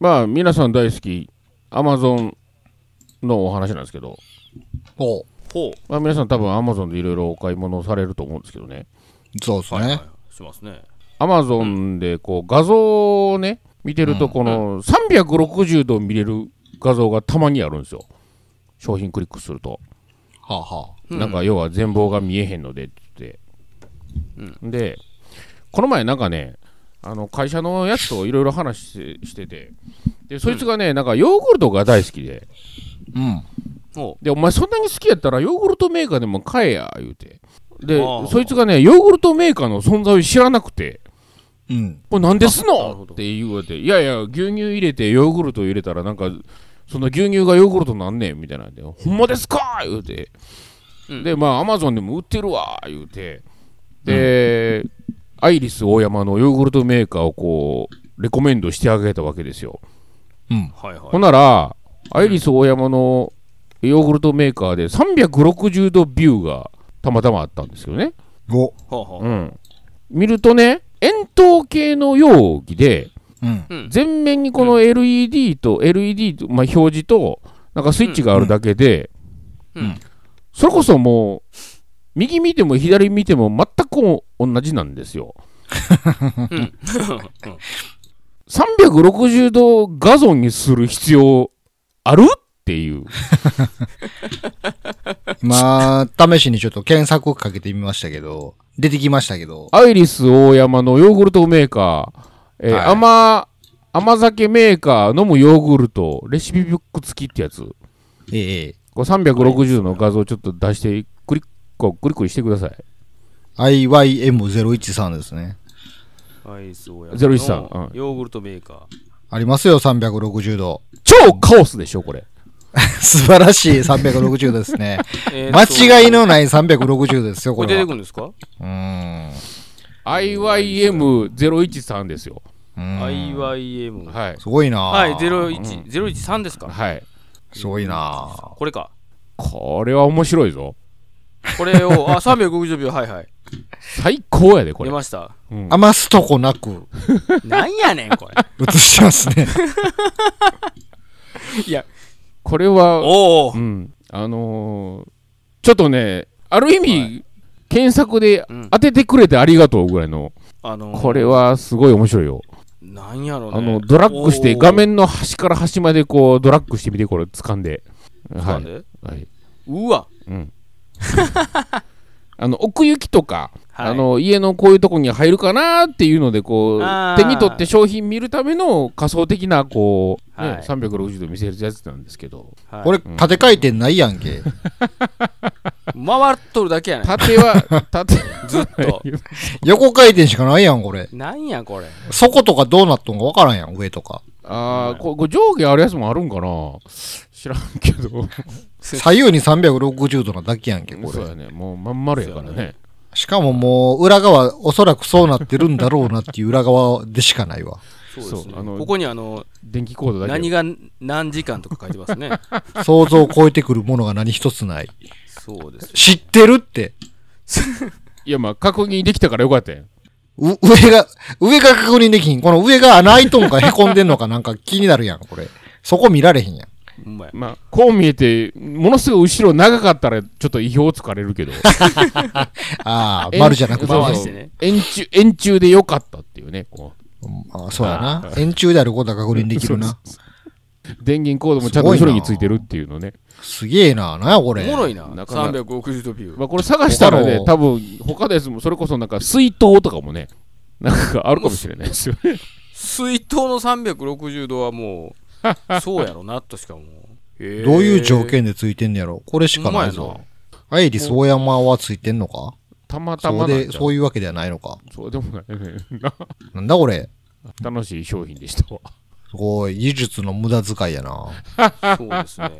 まあ、皆さん大好き、アマゾンのお話なんですけど、おうほう。まあ、皆さん多分アマゾンでいろいろお買い物をされると思うんですけどね、そうですね。しますね。アマゾンでこう画像をね、見てると、この360度見れる画像がたまにあるんですよ。商品クリックすると。はあはあ。なんか要は全貌が見えへんのでって言って、でこの前なんかねあの会社のやつといろいろ話してしててでそいつがね、なんかヨーグルトが大好きでうん。ほでお前そんなに好きやったらヨーグルトメーカーでも買えや言うてでああそいつがねヨーグルトメーカーの存在を知らなくてうん。これなんですあなるのほどって言われていやいや牛乳入れてヨーグルト入れたらなんかその牛乳がヨーグルトなんねんみたいなんでほんまですか言うてうんでまあアマゾンでも売ってるわ言うてで、アイリス大山のヨーグルトメーカーをこうレコメンドしてあげたわけですよ、うん。う。はいはほい。んならアイリス大山のヨーグルトメーカーで360度ビューがたまたまあったんですけどねお。ほうほう。うん見るとね円筒形の容器でうん。うん。全面にこの LED と LED と、まあ、表示となんかスイッチがあるだけで、うんうんそれこそもう右見ても左見ても全く同じなんですようん。 360度画像にする必要あるっていうまあ、試しにちょっと検索かけてみましたけど、出てきましたけど、アイリス大山のヨーグルトメーカー、えーはい甘甘酒メーカー飲むヨーグルトレシピブック付きってやつええ、こう360度の画像をちょっと出してクリックをクリックしてください IYM013 ですね。アイスをや ゼロ一三うんヨーグルトメーカありますよ、360度。 超カオスでしょこれ素晴らしい360度ですね。ー。えーっと間違い。のない360度ですよ、ここれ出れては。くるんですかうーん。 IYM013 ですよ。うーん ?IYM。はい。はい。すごいなはい、01、013ですかはい。すごいなこれか。これは面白いぞ。これを、あ、360秒、はいはい。最高やで、 こ出れ。ました。うん余すとこなくなんやねん、 これ。映しますね。いや、これは、おおう。ん。あのー、ちょっとね、ある意は味、検索でうん当ててくれてありがとうぐらいの、あのー、これはすごい面白いよ。なんやろね。あの、ドラッグしておー画、面の端から端までこう、ドラッグしてみて、これ、掴んで。ははい。い、はい。うわ。うん。あの、奥行きとか、はいあの家のこういうとこに入るかなっていうのでこあうー手に取って商品見るための仮想的なこう、ねはい360度見せるやつなんですけどはいこれ、縦回転ないやんけ。回っとるだけやね 縦は縦ん。ずっ と。横回転しかないやん、これ。なんや、これ。底とかどうなっとんかわからんやん、上とか。ああこうこう上下あるやつもあるんかな知らん けど左右に360度なだけやんけ、こそうれ。やねもうまん丸やからねしかももう、裏側、おそらくそうなってるんだろうなっていう裏側でしかないわ。そうですね。そうあのここに、あの、電気コードだけ何が何時間とか書いてますね。想像を超えてくるものが何一つない。そうです。知ってるって。いやまあ確認できたからよかったやんう上が、上が確認できひん。この上が穴開いとんか凹んでんのかなんか気になるやん、これ。そこ見られへんやん。ほんまや。まあこう見えてものすごい後ろ長かったらちょっと意表つかれるけどああ、丸じゃなくて。そうそう回してね円柱円柱でよかったっていうねこううんあそうやな。円柱であることは確認できるな。電源コードもちゃんと後ろについてるっていうのね。すげえな。なんやこおれ。もろいな。なかなか360度ビュー。まあ、これ探したら他ねの、多分他のやつも、それこそなんか水筒とかもね、 なんかあるかもしれないですよね。水筒の360度はもう、そうやろな、としかもう。どうどういう条件でついてんねやろ。これしかないほんまぞ。アイリス大山はついてんのかたまたそまうなんで、じゃそういうわけではないのか。そうでもないね。ななんだこれ。楽しい商品でしたわ。すごい、技術の無駄遣いやな。そうですね。